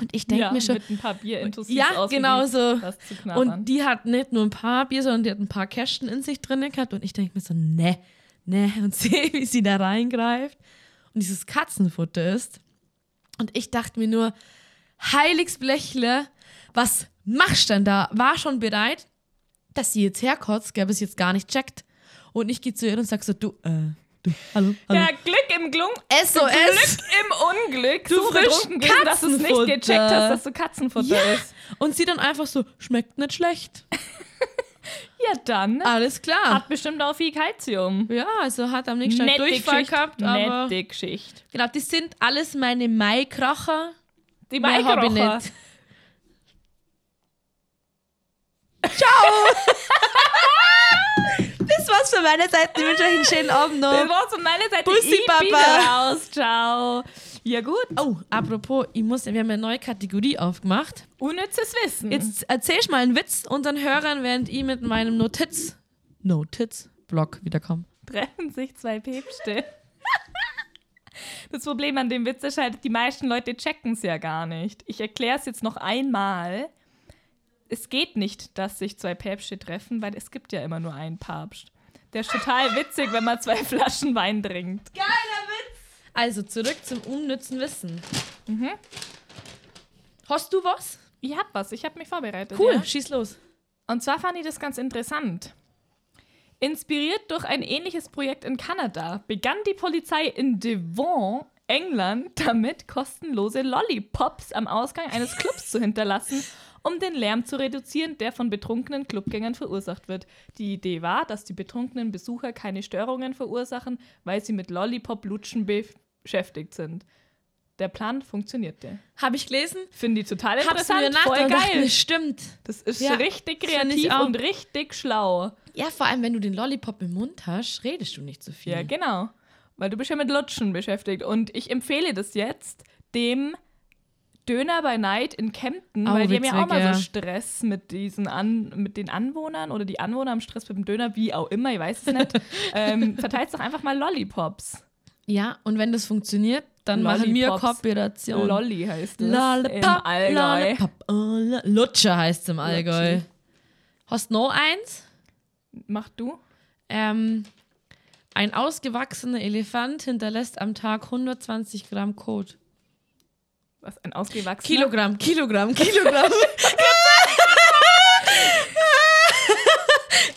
S4: Und ich denke
S3: ja,
S4: mir schon,
S3: mit ein paar Bierintus
S4: Äh, ja, genau so.
S3: Das zu knabbern.
S4: Und die hat nicht nur ein paar Bier, sondern die hat ein paar Kästen in sich drin gehabt. Und ich denke mir so, ne, ne. Und sehe, wie sie da reingreift und dieses Katzenfutter ist. Und ich dachte mir nur, heiliges Blechle, was machst denn da? War schon bereit, dass sie jetzt herkotzt, gell, bis sie jetzt gar nicht checkt. Und ich gehe zu ihr und sag so, du, äh, du, hallo, hallo.
S3: ja, Glück im Glung,
S4: SOS!
S3: Glück im Unglück.
S4: Du
S3: so
S4: frisch
S3: betrunken gewesen, dass du es nicht
S4: Katzenfutter.
S3: gecheckt hast, dass du Katzenfutter
S4: Ja.
S3: ist.
S4: Und sie dann einfach so, schmeckt nicht schlecht.
S3: Ja, dann.
S4: Alles klar.
S3: Hat bestimmt auch viel Kalzium.
S4: Ja, also hat am nächsten Tag Durchfall gehabt, aber
S3: nette Geschichte.
S4: genau, das sind alles meine Maikrocher.
S3: Die
S4: Mehr hab ich
S3: Maikrocher.
S4: nicht. Das war's von meiner Seite. Ich wünsche euch einen schönen Abend
S3: Das
S4: noch.
S3: war's von meiner Seite.
S4: Bussi,
S3: ich bin
S4: Papa.
S3: raus. Ciao. Ja gut,
S4: Oh, apropos, ich muss, wir haben eine neue Kategorie aufgemacht.
S3: Mhm. unnützes Wissen.
S4: Jetzt erzähl ich mal einen Witz und dann hören, während ich mit meinem Notiz, Notiz-Blog wiederkomme.
S3: treffen sich zwei Päpste. Das Problem an dem Witz ist halt, die meisten Leute checken es ja gar nicht. Ich erkläre es jetzt noch einmal. Es geht nicht, dass sich zwei Päpste treffen, weil es gibt ja immer nur einen Papst. Der ist total witzig, wenn man zwei Flaschen Wein trinkt.
S4: Also zurück zum unnützen Wissen. Hast du was?
S3: Ich hab was, ich hab mich vorbereitet.
S4: Cool,
S3: Ja?
S4: schieß los.
S3: Und zwar fand ich das ganz interessant. Inspiriert durch ein ähnliches Projekt in Kanada begann die Polizei in Devon, England, damit kostenlose Lollipops am Ausgang eines Clubs zu hinterlassen, um den Lärm zu reduzieren, der von betrunkenen Clubgängern verursacht wird. Die Idee war, dass die betrunkenen Besucher keine Störungen verursachen, weil sie mit Lollipop-Lutschen beschäftigt sind. Der Plan funktionierte.
S4: Habe ich gelesen?
S3: Finde ich total
S4: Hab's mir
S3: interessant,
S4: gedacht
S3: voll
S4: und dachte
S3: geil.
S4: mir, Stimmt.
S3: Das ist
S4: Ja,
S3: richtig
S4: find ich
S3: kreativ
S4: auch.
S3: und richtig schlau.
S4: Ja, vor allem, wenn du den Lollipop im Mund hast, redest du nicht so viel.
S3: Ja, genau. Weil du bist ja mit Lutschen beschäftigt. Und ich empfehle das jetzt dem Döner by Night in Kempten,
S4: Au,
S3: weil die haben ja auch
S4: Oh, witzig,
S3: mal
S4: ja.
S3: so Stress mit diesen An mit den Anwohnern oder die Anwohner haben Stress mit dem Döner, wie auch immer, ich weiß es nicht. ähm, verteilt doch einfach mal Lollipops.
S4: ja, und wenn das funktioniert, dann machen wir
S3: Lollipops.
S4: Kooperation.
S3: Lolli heißt das. im
S4: Lollipop,
S3: Allgäu.
S4: Lollipop, oh, lo- Lutscher heißt im Allgäu.
S3: Lutschi.
S4: Hast noch eins?
S3: Mach du?
S4: Ähm, ein ausgewachsener Elefant hinterlässt am Tag 120 Gramm Kot.
S3: Was, ein ausgewachsener?
S4: Kilogramm, Kilogramm, Kilogramm.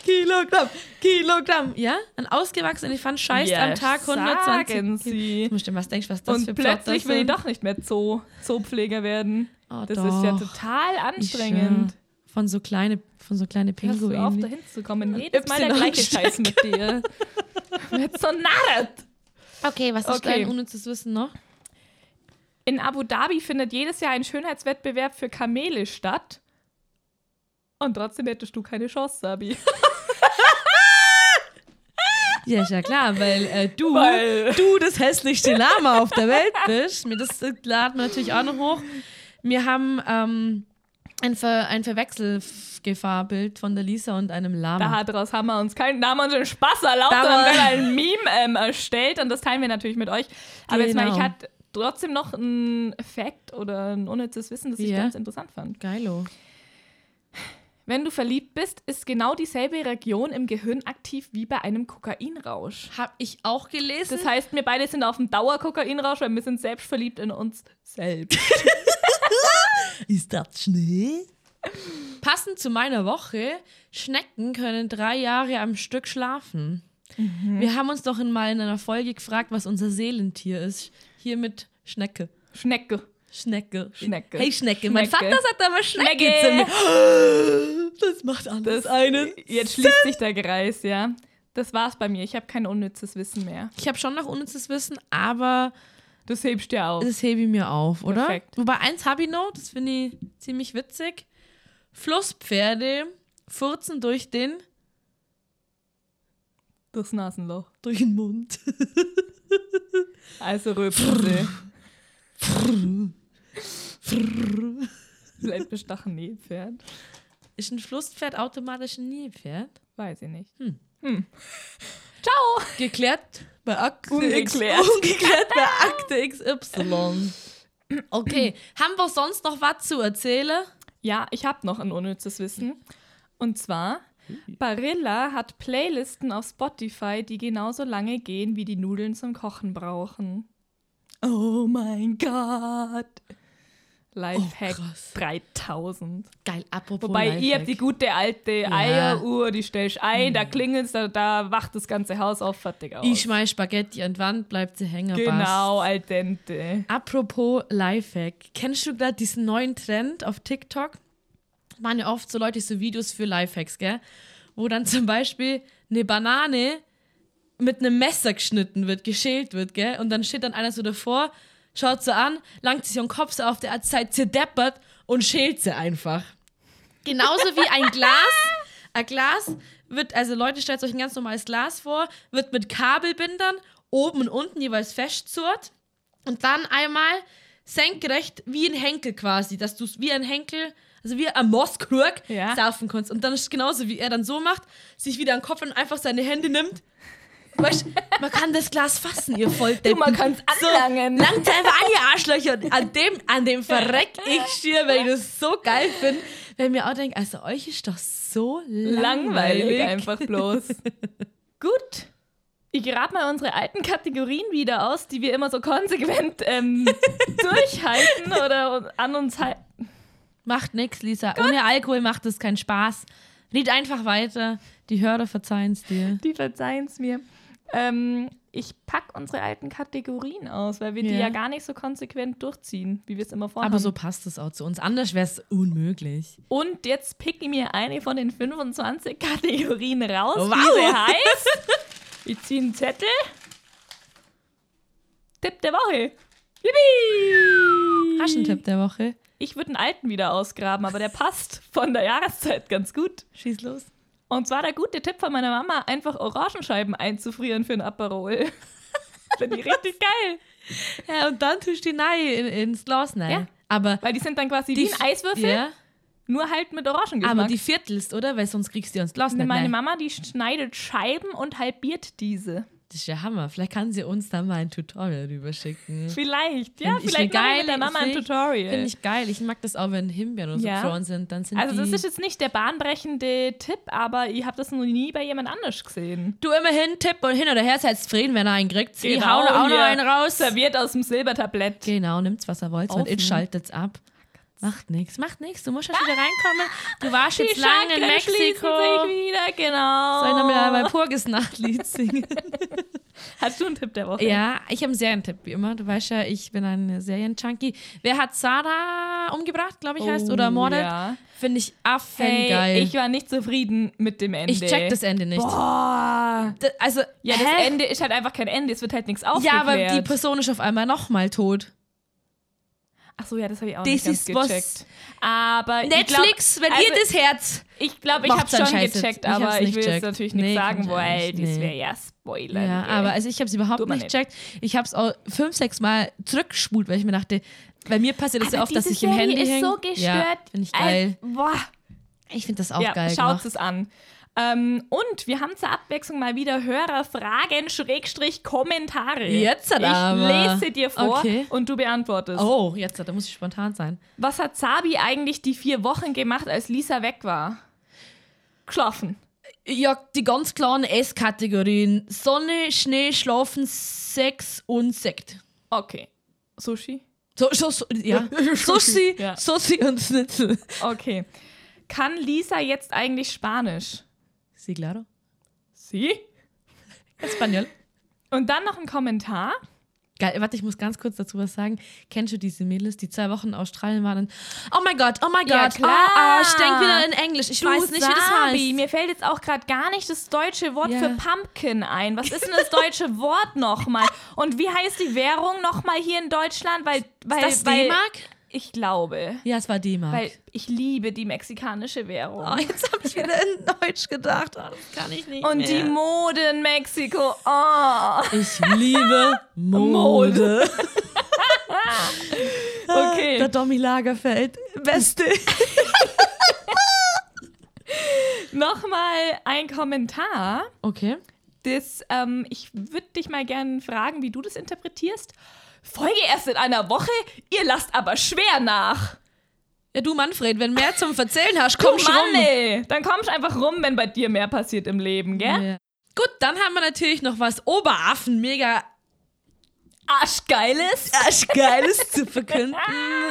S4: Kilogramm, Kilogramm. Ja? Ein ausgewachsener Elefant scheißt
S3: Ja,
S4: am Tag 120
S3: sagen Sie.
S4: Ich muss dir was denkst, was das für
S3: Und
S4: Plot
S3: plötzlich
S4: das
S3: will ich
S4: sind.
S3: doch nicht mehr Zoo, Zoopfleger werden.
S4: Oh,
S3: das ist ja
S4: doch.
S3: total
S4: Ich schwör.
S3: anstrengend.
S4: Von so kleine, von so kleine
S3: Hörst du auf,
S4: Pinguinen.
S3: dahin zu kommen? Jedes Mal der
S4: Y
S3: gleiche Scheiß mit dir. Wird so narrt.
S4: Okay, was ist
S3: Okay.
S4: dein unnützes Wissen noch?
S3: In Abu Dhabi findet jedes Jahr ein Schönheitswettbewerb für Kamele statt. Und trotzdem hättest du keine Chance, Sabi.
S4: Ja, ist ja klar, weil äh, du,
S3: Weil-
S4: du das hässlichste Lama auf der Welt bist. Mir das laden wir natürlich auch noch hoch. Wir haben ähm, ein, Ver ein Verwechselgefahrbild von der Lisa und einem Lama.
S3: Daraus haben wir uns keinen, da haben wir uns den Spaß erlaubt,
S4: Da
S3: sondern
S4: war-
S3: wir haben ein Meme ähm, erstellt und das teilen wir natürlich mit euch. Aber jetzt mal,
S4: Genau.
S3: ich hatte trotzdem noch ein Fact oder ein unnützes Wissen, das ich
S4: Ja.
S3: ganz interessant fand.
S4: Geilo.
S3: Wenn du verliebt bist, ist genau dieselbe Region im Gehirn aktiv wie bei einem Kokainrausch.
S4: Hab ich auch gelesen.
S3: Das heißt, wir beide sind auf dem Dauerkokainrausch, weil wir sind selbst verliebt in uns selbst.
S4: Ist das Schnee? Passend zu meiner Woche, Schnecken können drei Jahre am Stück schlafen.
S3: Mhm.
S4: Wir haben uns doch in- mal in einer Folge gefragt, was unser Seelentier ist. Hier mit Schnecke.
S3: Schnecke.
S4: Schnecke.
S3: Schnecke.
S4: Hey Schnecke. Mein
S3: Schnecke.
S4: Vater sagt aber Schnecke,
S3: Schnecke.
S4: zu mir. Das macht alles
S3: Das
S4: einen.
S3: Jetzt schließt sich der Kreis, ja. Das war's bei mir. Ich habe kein unnützes Wissen mehr.
S4: Ich habe schon noch unnützes Wissen, aber
S3: Das hebst du ja auf.
S4: das hebe ich mir auf, oder?
S3: Perfekt.
S4: Wobei eins habe ich noch, das finde ich ziemlich witzig. Flusspferde furzen durch den
S3: Das Nasenloch.
S4: durch den Mund.
S3: Also rülpsen sie. Vielleicht bestachen Nilpferd.
S4: Ist ein Flusspferd automatisch ein Nilpferd?
S3: Weiß ich nicht. Hm.
S4: Geklärt bei Akte
S3: Ungeklärt.
S4: X, ungeklärt bei Akte XY. Okay, haben wir sonst noch was zu erzählen?
S3: Ja, ich habe noch ein unnützes
S4: Hm.
S3: Wissen. Und zwar, Barilla hat Playlisten auf Spotify, die genauso lange gehen, wie die Nudeln zum Kochen brauchen. Oh mein Gott. Lifehack
S4: Oh, krass.
S3: 3000.
S4: Geil, apropos
S3: Wobei, ihr
S4: Lifehack. Hm.
S3: habt die gute alte Eieruhr, die stellst ein, da klingelt's, da, da wacht das ganze Haus auf, fertig aus.
S4: Ich schmeiß Spaghetti an die Wand, bleibt sie hängen.
S3: genau,
S4: passt.
S3: al
S4: Äh,
S3: dente.
S4: Apropos Lifehack. Kennst du gerade diesen neuen Trend auf TikTok? Waren ja oft so Leute so Videos für Lifehacks, gell? Wo dann zum Beispiel eine Banane mit einem Messer geschnitten wird, geschält wird, gell? Und dann steht dann einer so davor, schaut sie an, langt sich ihren Kopf so auf der Zeit zerdeppert und schält sie einfach. Genauso wie ein Glas. Ein Glas wird, also Leute, stellt euch ein ganz normales Glas vor, wird mit Kabelbindern oben und unten jeweils festzurrt und dann einmal senkrecht wie ein Henkel quasi, dass du es wie ein Henkel, also wie ein Moskrug
S3: Ja.
S4: saufen kannst. Und dann ist es genauso, wie er dann so macht, sich wieder an den Kopf und einfach seine Hände nimmt. Weißt, man kann das Glas fassen, ihr Volldeppen.
S3: man kann's anlangen.
S4: So, langt einfach an, ihr Arschlöcher. Und an dem, an dem verreck ich schier, weil ich das so geil finde. Wenn mir auch denkt, also euch ist doch so langweilig.
S3: Langweilig einfach bloß. Gut. Ich grab mal unsere alten Kategorien wieder aus, die wir immer so konsequent ähm, durchhalten oder an uns halten.
S4: Macht nix, Lisa. Ohne Alkohol macht es keinen Spaß. Lied einfach weiter. Die Hörer verzeihen's dir.
S3: Die verzeihen's mir. Ähm, ich pack unsere alten Kategorien aus, weil wir die
S4: Ja.
S3: ja gar nicht so konsequent durchziehen, wie wir es immer vorhaben.
S4: Aber so passt es auch zu uns. Anders wäre es unmöglich.
S3: Und jetzt pick ich mir eine von den 25 Kategorien raus,
S4: Wow.
S3: wie sie heißt. Ich ziehe einen Zettel. Tipp der Woche. Yippie!
S4: Taschentipp der Woche.
S3: Ich würde einen alten wieder ausgraben, aber der passt von der Jahreszeit ganz gut.
S4: Schieß los.
S3: Und zwar der gute Tipp von meiner Mama, einfach Orangenscheiben einzufrieren für ein Aperol. Finde ich richtig geil.
S4: Ja, und dann tust du die rein in, ins Glas ne? rein.
S3: Ja.
S4: Aber
S3: Weil die sind dann quasi wie ein Eiswürfel,
S4: Ja,
S3: nur halt mit Orangengeschmack.
S4: aber die viertelst, oder? Weil sonst kriegst du die ins Glas nicht ne?
S3: meine
S4: rein.
S3: Mama, die schneidet Scheiben und halbiert diese.
S4: Das ist ja Hammer. Vielleicht kann sie uns dann mal ein Tutorial rüberschicken.
S3: Vielleicht, ja,
S4: Find ich
S3: vielleicht
S4: eine geile-
S3: machen wir mit der Mama ein
S4: find ich-
S3: Tutorial.
S4: Finde ich geil. Ich mag das auch, wenn Himbeeren und
S3: Ja.
S4: so gefroren sind. Dann sind
S3: also das
S4: die
S3: ist jetzt nicht der bahnbrechende Tipp, aber ich habe das noch nie bei jemand anders gesehen.
S4: du immerhin Tipp und hin oder her seid zufrieden, wenn er einen kriegt. Ich
S3: Genau,
S4: hau auch noch
S3: hier.
S4: einen raus.
S3: Serviert aus dem Silbertablett.
S4: Genau, nimmt's, was er wollt, und
S3: Offen.
S4: ich schaltet's ab.
S3: Oh
S4: Macht nichts, macht nichts. Du musst jetzt wieder reinkommen. Du warst jetzt
S3: Die
S4: lange in
S3: Chakren schließen
S4: Mexiko.
S3: sich wieder, genau.
S4: Soll ich noch mal mein Purges-Nachtlied singen?
S3: Hast du einen Tipp der Woche?
S4: ja, ich habe einen Serientipp, wie immer. Du weißt ja, ich bin ein Serienjunkie. Wer hat Sarah umgebracht, glaube ich, heißt,
S3: Oh,
S4: oder ermordet?
S3: ja.
S4: Finde ich affengeil.
S3: Hey, ich war nicht zufrieden mit dem Ende.
S4: Ich check das Ende nicht.
S3: Boah.
S4: Da- Also,
S3: Ja, das
S4: hä?
S3: Ende ist halt einfach kein Ende, es wird halt nichts
S4: Ja,
S3: aufgeklärt.
S4: aber die Person ist auf einmal nochmal tot.
S3: Ach so, ja, das habe ich auch
S4: Das
S3: nicht ganz
S4: ist was-
S3: gecheckt. Aber
S4: Netflix,
S3: ich
S4: wenn
S3: glaub, also,
S4: ihr das Herz.
S3: Ich glaube, ich habe
S4: Macht's dann
S3: schon
S4: scheiße.
S3: gecheckt,
S4: Ich hab's
S3: aber ich,
S4: nicht
S3: will jetzt
S4: checkt.
S3: natürlich
S4: Nee,
S3: nichts sagen,
S4: kannst du
S3: weil
S4: nicht,
S3: das
S4: nee.
S3: wäre ja Spoiler.
S4: Ja, aber also ich habe es überhaupt
S3: Tut man
S4: nicht
S3: nicht.
S4: gecheckt. Ich habe es auch fünf, sechs Mal zurückgespult, weil ich mir dachte, bei mir passiert das
S3: Aber
S4: ja oft, dass
S3: diese
S4: ich im
S3: Serie
S4: Handy
S3: ist
S4: häng.
S3: so gestört.
S4: Ja, finde ich geil.
S3: Ein, boah.
S4: Ich finde das auch
S3: ja,
S4: geil
S3: schaut
S4: gemacht.
S3: es an. Ähm, und wir haben zur Abwechslung mal wieder Hörerfragen, Schrägstrich, Kommentare.
S4: Jetzt
S3: ich
S4: aber.
S3: lese dir vor
S4: Okay.
S3: und du beantwortest.
S4: Oh, jetzt, da muss ich spontan sein.
S3: Was hat Sabi eigentlich die vier Wochen gemacht, als Lisa weg war? Geschlafen.
S4: Ja, die ganz klaren S-Kategorien. Sonne, Schnee, Schlafen, Sex und Sekt.
S3: Okay. Sushi?
S4: So, so, so, ja. Sushi,
S3: Ja.
S4: Sushi und Schnitzel.
S3: Okay. Kann Lisa jetzt eigentlich Spanisch?
S4: Sí, claro.
S3: Sie?
S4: Español.
S3: Und dann noch ein Kommentar.
S4: Geil, warte, ich muss ganz kurz dazu was sagen. Kennst du diese Mädels, die zwei Wochen in Australien waren und oh mein Gott, oh mein
S3: Ja,
S4: Gott,
S3: klar.
S4: ah, ah, ich denke wieder in Englisch, ich weiß nicht, wie das
S3: Sabi,
S4: heißt.
S3: Mir fällt jetzt auch gerade gar nicht das deutsche Wort
S4: Ja.
S3: für Pumpkin ein. Was ist denn das deutsche Wort nochmal? Und wie heißt die Währung nochmal hier in Deutschland? Weil, weil,
S4: Ist das
S3: weil,
S4: D-Mark?
S3: Ich glaube.
S4: Ja, es war D-Mark.
S3: Weil ich liebe die mexikanische Währung.
S4: oh, jetzt habe ich wieder in Deutsch gedacht, oh, das kann ich nicht
S3: Und
S4: mehr.
S3: die Mode in Mexiko. Oh.
S4: ich liebe Mode. Der
S3: Okay.
S4: Domi Lagerfeld, beste.
S3: Nochmal ein Kommentar.
S4: Okay.
S3: Das, ähm, ich würde dich mal gerne fragen, wie du das interpretierst. Folge erst in einer Woche, ihr lasst aber schwer nach. Oh
S4: Ja, du Manfred, wenn mehr zum Verzählen hast, komm schon rum.
S3: Mann, ey. Dann kommst einfach rum, wenn bei dir mehr passiert im Leben, gell?
S4: Ja. Gut, dann haben wir natürlich noch was Oberaffen, mega
S3: Arschgeiles.
S4: Arschgeiles zu verkünden.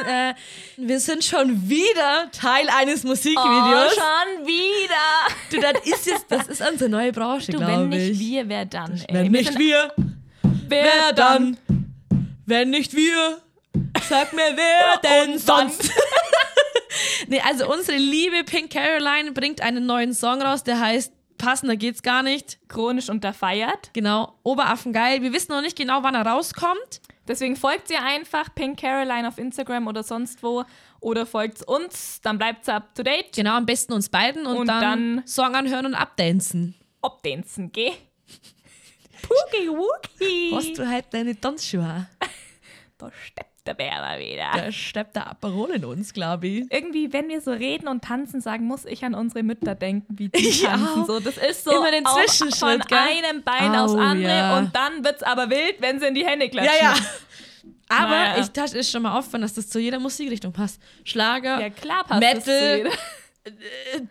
S4: Äh, wir sind schon wieder Teil eines
S3: Oh,
S4: Musikvideos.
S3: schon wieder.
S4: du, das ist jetzt, das ist unsere neue Branche,
S3: Du,
S4: glaube
S3: wenn
S4: ich.
S3: nicht wir, wer dann? Ey.
S4: wenn
S3: Wir
S4: nicht
S3: sind-
S4: wir, wer dann? Wenn nicht wir, sag mir wer denn
S3: Und dann?
S4: sonst? nee, also unsere liebe Pink Caroline bringt einen neuen Song raus, der heißt Passender geht's gar nicht.
S3: Chronisch unterfeiert.
S4: Genau, Oberaffen geil. Wir wissen noch nicht genau, wann er rauskommt.
S3: Deswegen folgt ihr einfach Pink Caroline auf Instagram oder sonst wo. Oder folgt uns, dann bleibt ihr up to date.
S4: Genau, am besten uns beiden und,
S3: Und
S4: dann,
S3: dann-
S4: Song anhören und abdancen.
S3: Obdancen, geh. Pookie Wookie.
S4: Hast du halt deine Tanzschuhe? an?
S3: Da steppt der Bär mal wieder.
S4: Da steppt der Aperol in uns, glaube ich.
S3: Irgendwie, wenn wir so reden und tanzen sagen, muss ich an unsere Mütter denken, wie die
S4: Ich
S3: tanzen.
S4: auch.
S3: So, das ist so
S4: Immer den
S3: auf-
S4: Zwischenschritt,
S3: von
S4: gell?
S3: einem Bein
S4: Au,
S3: aufs andere
S4: ja.
S3: und dann wird's aber wild, wenn sie in die Hände klatschen.
S4: Ja, ja. Aber
S3: Naja.
S4: ich tasche ist schon mal offen, dass das zu jeder Musikrichtung passt. Schlager,
S3: Ja, klar passt das zu
S4: Metal,
S3: jeder.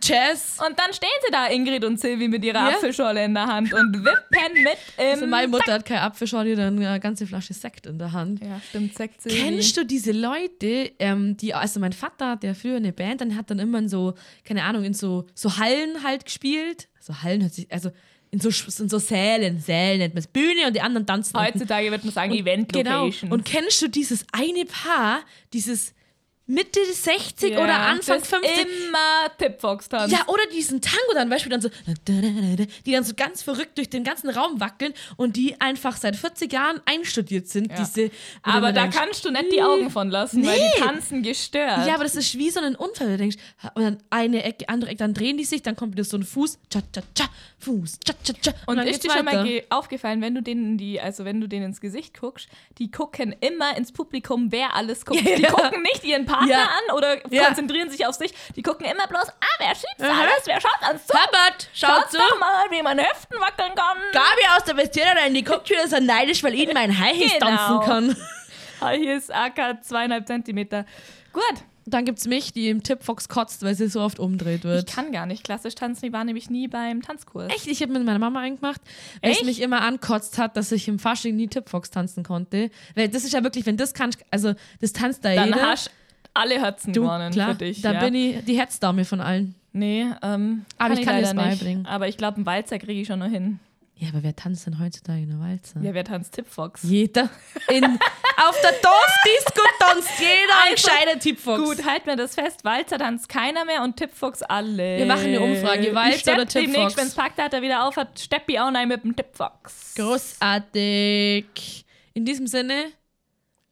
S4: Jazz.
S3: Und dann stehen sie da, Ingrid und Silvi, mit ihrer
S4: Ja.
S3: Apfelschorle in der Hand und wippen mit im...
S4: Also meine Mutter hat keine Apfelschorle, dann eine ganze Flasche Sekt in der Hand.
S3: ja, stimmt, sagt Silvi.
S4: Kennst du diese Leute, ähm, die, also mein Vater, hat ja früher eine Band, dann hat dann immer in so, keine Ahnung, in so, so Hallen halt gespielt. So Hallen hört sich, also in so, Sch- in so Sälen, Sälen nennt man es, Bühne und die anderen tanzen. unten.
S3: Heutzutage wird man sagen Event-Location.
S4: genau. Und kennst du dieses eine Paar, dieses Mitte 60
S3: Ja,
S4: oder Anfang
S3: das
S4: 50?
S3: Immer Tipfox tanzt.
S4: Ja, oder diesen Tango dann, Beispiel dann so, die dann so ganz verrückt durch den ganzen Raum wackeln und die einfach seit 40 Jahren einstudiert sind,
S3: Ja.
S4: diese.
S3: aber da
S4: Rhythmen.
S3: kannst halt du nicht die Augen von lassen, weil die
S4: Nee.
S3: tanzen gestört.
S4: Ja, aber das ist wie so ein Unfall, wenn du denkst, und dann eine Ecke, andere Ecke, dann drehen die sich, dann kommt wieder so ein Fuß, cha cha cha, Fuß, cha cha cha.
S3: und
S4: dann
S3: ist dir
S4: geht's
S3: schon mal
S4: weiter.
S3: ge- aufgefallen, wenn du denen in die, also wenn du denen ins Gesicht guckst, die gucken immer ins Publikum, wer alles guckt.
S4: Ja.
S3: Die gucken nicht ihren Partner
S4: Ja.
S3: an oder
S4: Ja.
S3: konzentrieren sich auf sich. Die gucken immer bloß, ah, wer schiebt alles, wer schaut ans zu.
S4: Herbert,
S3: Schaut
S4: schaut zu.
S3: doch mal, wie man Hüften wackeln kann.
S4: Gabi aus der Westjörlerin, die guckt schon wieder so neidisch, weil ihnen mein High Heels
S3: Genau.
S4: tanzen kann.
S3: Ah, hier ist AK zweieinhalb Zentimeter. Gut.
S4: Dann gibt's mich, die im Tippfox kotzt, weil sie so oft umdreht
S3: Ich
S4: wird.
S3: kann gar nicht klassisch tanzen. Ich war nämlich nie beim Tanzkurs.
S4: Echt, ich habe mit meiner Mama eingemacht, weil es
S3: Echt?
S4: mich immer ankotzt hat, dass ich im Fasching nie Tippfox tanzen konnte. Weil das ist ja wirklich, wenn das kann, also das tanzt da
S3: Dann
S4: jeder.
S3: hast alle Herzen
S4: du,
S3: gewonnen
S4: klar,
S3: für dich.
S4: da
S3: ja.
S4: bin ich die Herzdame von allen.
S3: Nee, ähm,
S4: Aber ich kann dir das
S3: leider
S4: beibringen.
S3: Nicht. Aber ich glaube, einen Walzer kriege ich schon noch hin.
S4: Ja, aber wer tanzt denn heutzutage in der Walzer?
S3: Ja, wer tanzt Tipfox?
S4: Jeder. In, auf der Dorfdisco tanzt jeder ein
S3: Also,
S4: gescheiter Tippfox.
S3: Gut, halt mir das fest. Walzer tanzt keiner mehr und Tipfox alle.
S4: Wir machen eine Umfrage,
S3: Ich
S4: Walzer
S3: stepp
S4: oder Tipfox?
S3: demnächst, Wenn's Parktheater wieder auf hat, stepp ich auch rein mit dem Tipfox.
S4: Großartig. In diesem Sinne,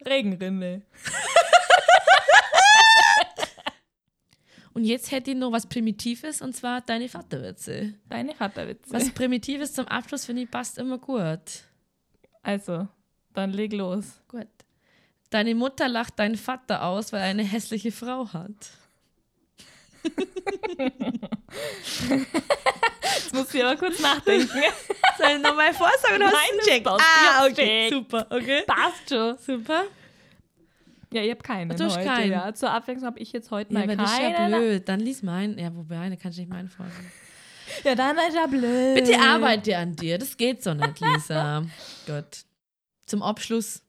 S3: Regenrinne.
S4: und jetzt hätte ich noch was Primitives, und zwar deine Vaterwitze.
S3: Deine Vaterwitze.
S4: Was Primitives zum Abschluss finde ich passt immer gut.
S3: Also, dann leg los.
S4: Gut. Deine Mutter lacht deinen Vater aus, weil er eine hässliche Frau hat.
S3: Jetzt musst du dir aber kurz nachdenken.
S4: Soll ich nochmal vorsagen
S3: oder hast du einen Check?
S4: Ah,
S3: Ah,
S4: okay.
S3: okay,
S4: Super, okay.
S3: Passt schon.
S4: Super.
S3: Ja, ich hab keinen
S4: Du hast
S3: heute.
S4: keinen.
S3: Ja. Zur Abwechslung habe ich jetzt heute
S4: Ja,
S3: mal
S4: aber
S3: keinen.
S4: das ist ja blöd. Dann lies meinen. Ja, wobei, da kannst du nicht meinen vorsagen. Äh.
S3: Ja, dann ist ja blöd.
S4: Bitte arbeite an dir. Das geht so nicht, Lisa. Gut. Zum Abschluss.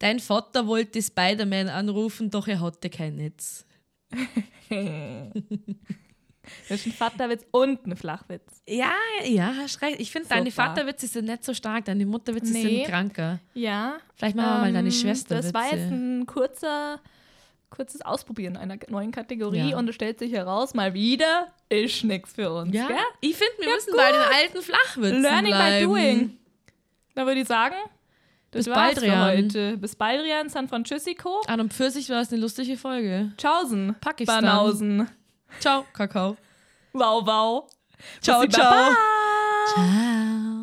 S4: Dein Vater wollte Spider-Man anrufen, doch er hatte kein Netz.
S3: Das ist ein Vaterwitz und ein Flachwitz.
S4: Ja, ja, hast recht. Ich finde, deine
S3: Super.
S4: Vaterwitze sind nicht so stark, deine Mutterwitze
S3: Nee.
S4: sind kranker.
S3: Ja.
S4: Vielleicht machen wir mal deine
S3: ähm,
S4: Schwester.
S3: Das war jetzt ein kurzer, kurzes Ausprobieren einer neuen Kategorie
S4: Ja.
S3: und es stellt sich heraus, mal wieder ist nichts für uns.
S4: ja,
S3: Gell?
S4: ich finde, wir
S3: Ja,
S4: müssen
S3: gut.
S4: bei den alten Flachwitzen
S3: Learning
S4: bleiben.
S3: by doing. Da würde ich sagen, das
S4: Bis
S3: war's
S4: Baldrian.
S3: für heute. Bis Baldrian, San Francisco.
S4: An und für sich war es eine lustige Folge.
S3: Tschaußen.
S4: Pakistan.
S3: Banausen.
S4: Ciao, Kakao.
S3: Wow, wow.
S4: Ciao,
S3: Bussi,
S4: ciao.
S3: Baba.
S4: Ciao.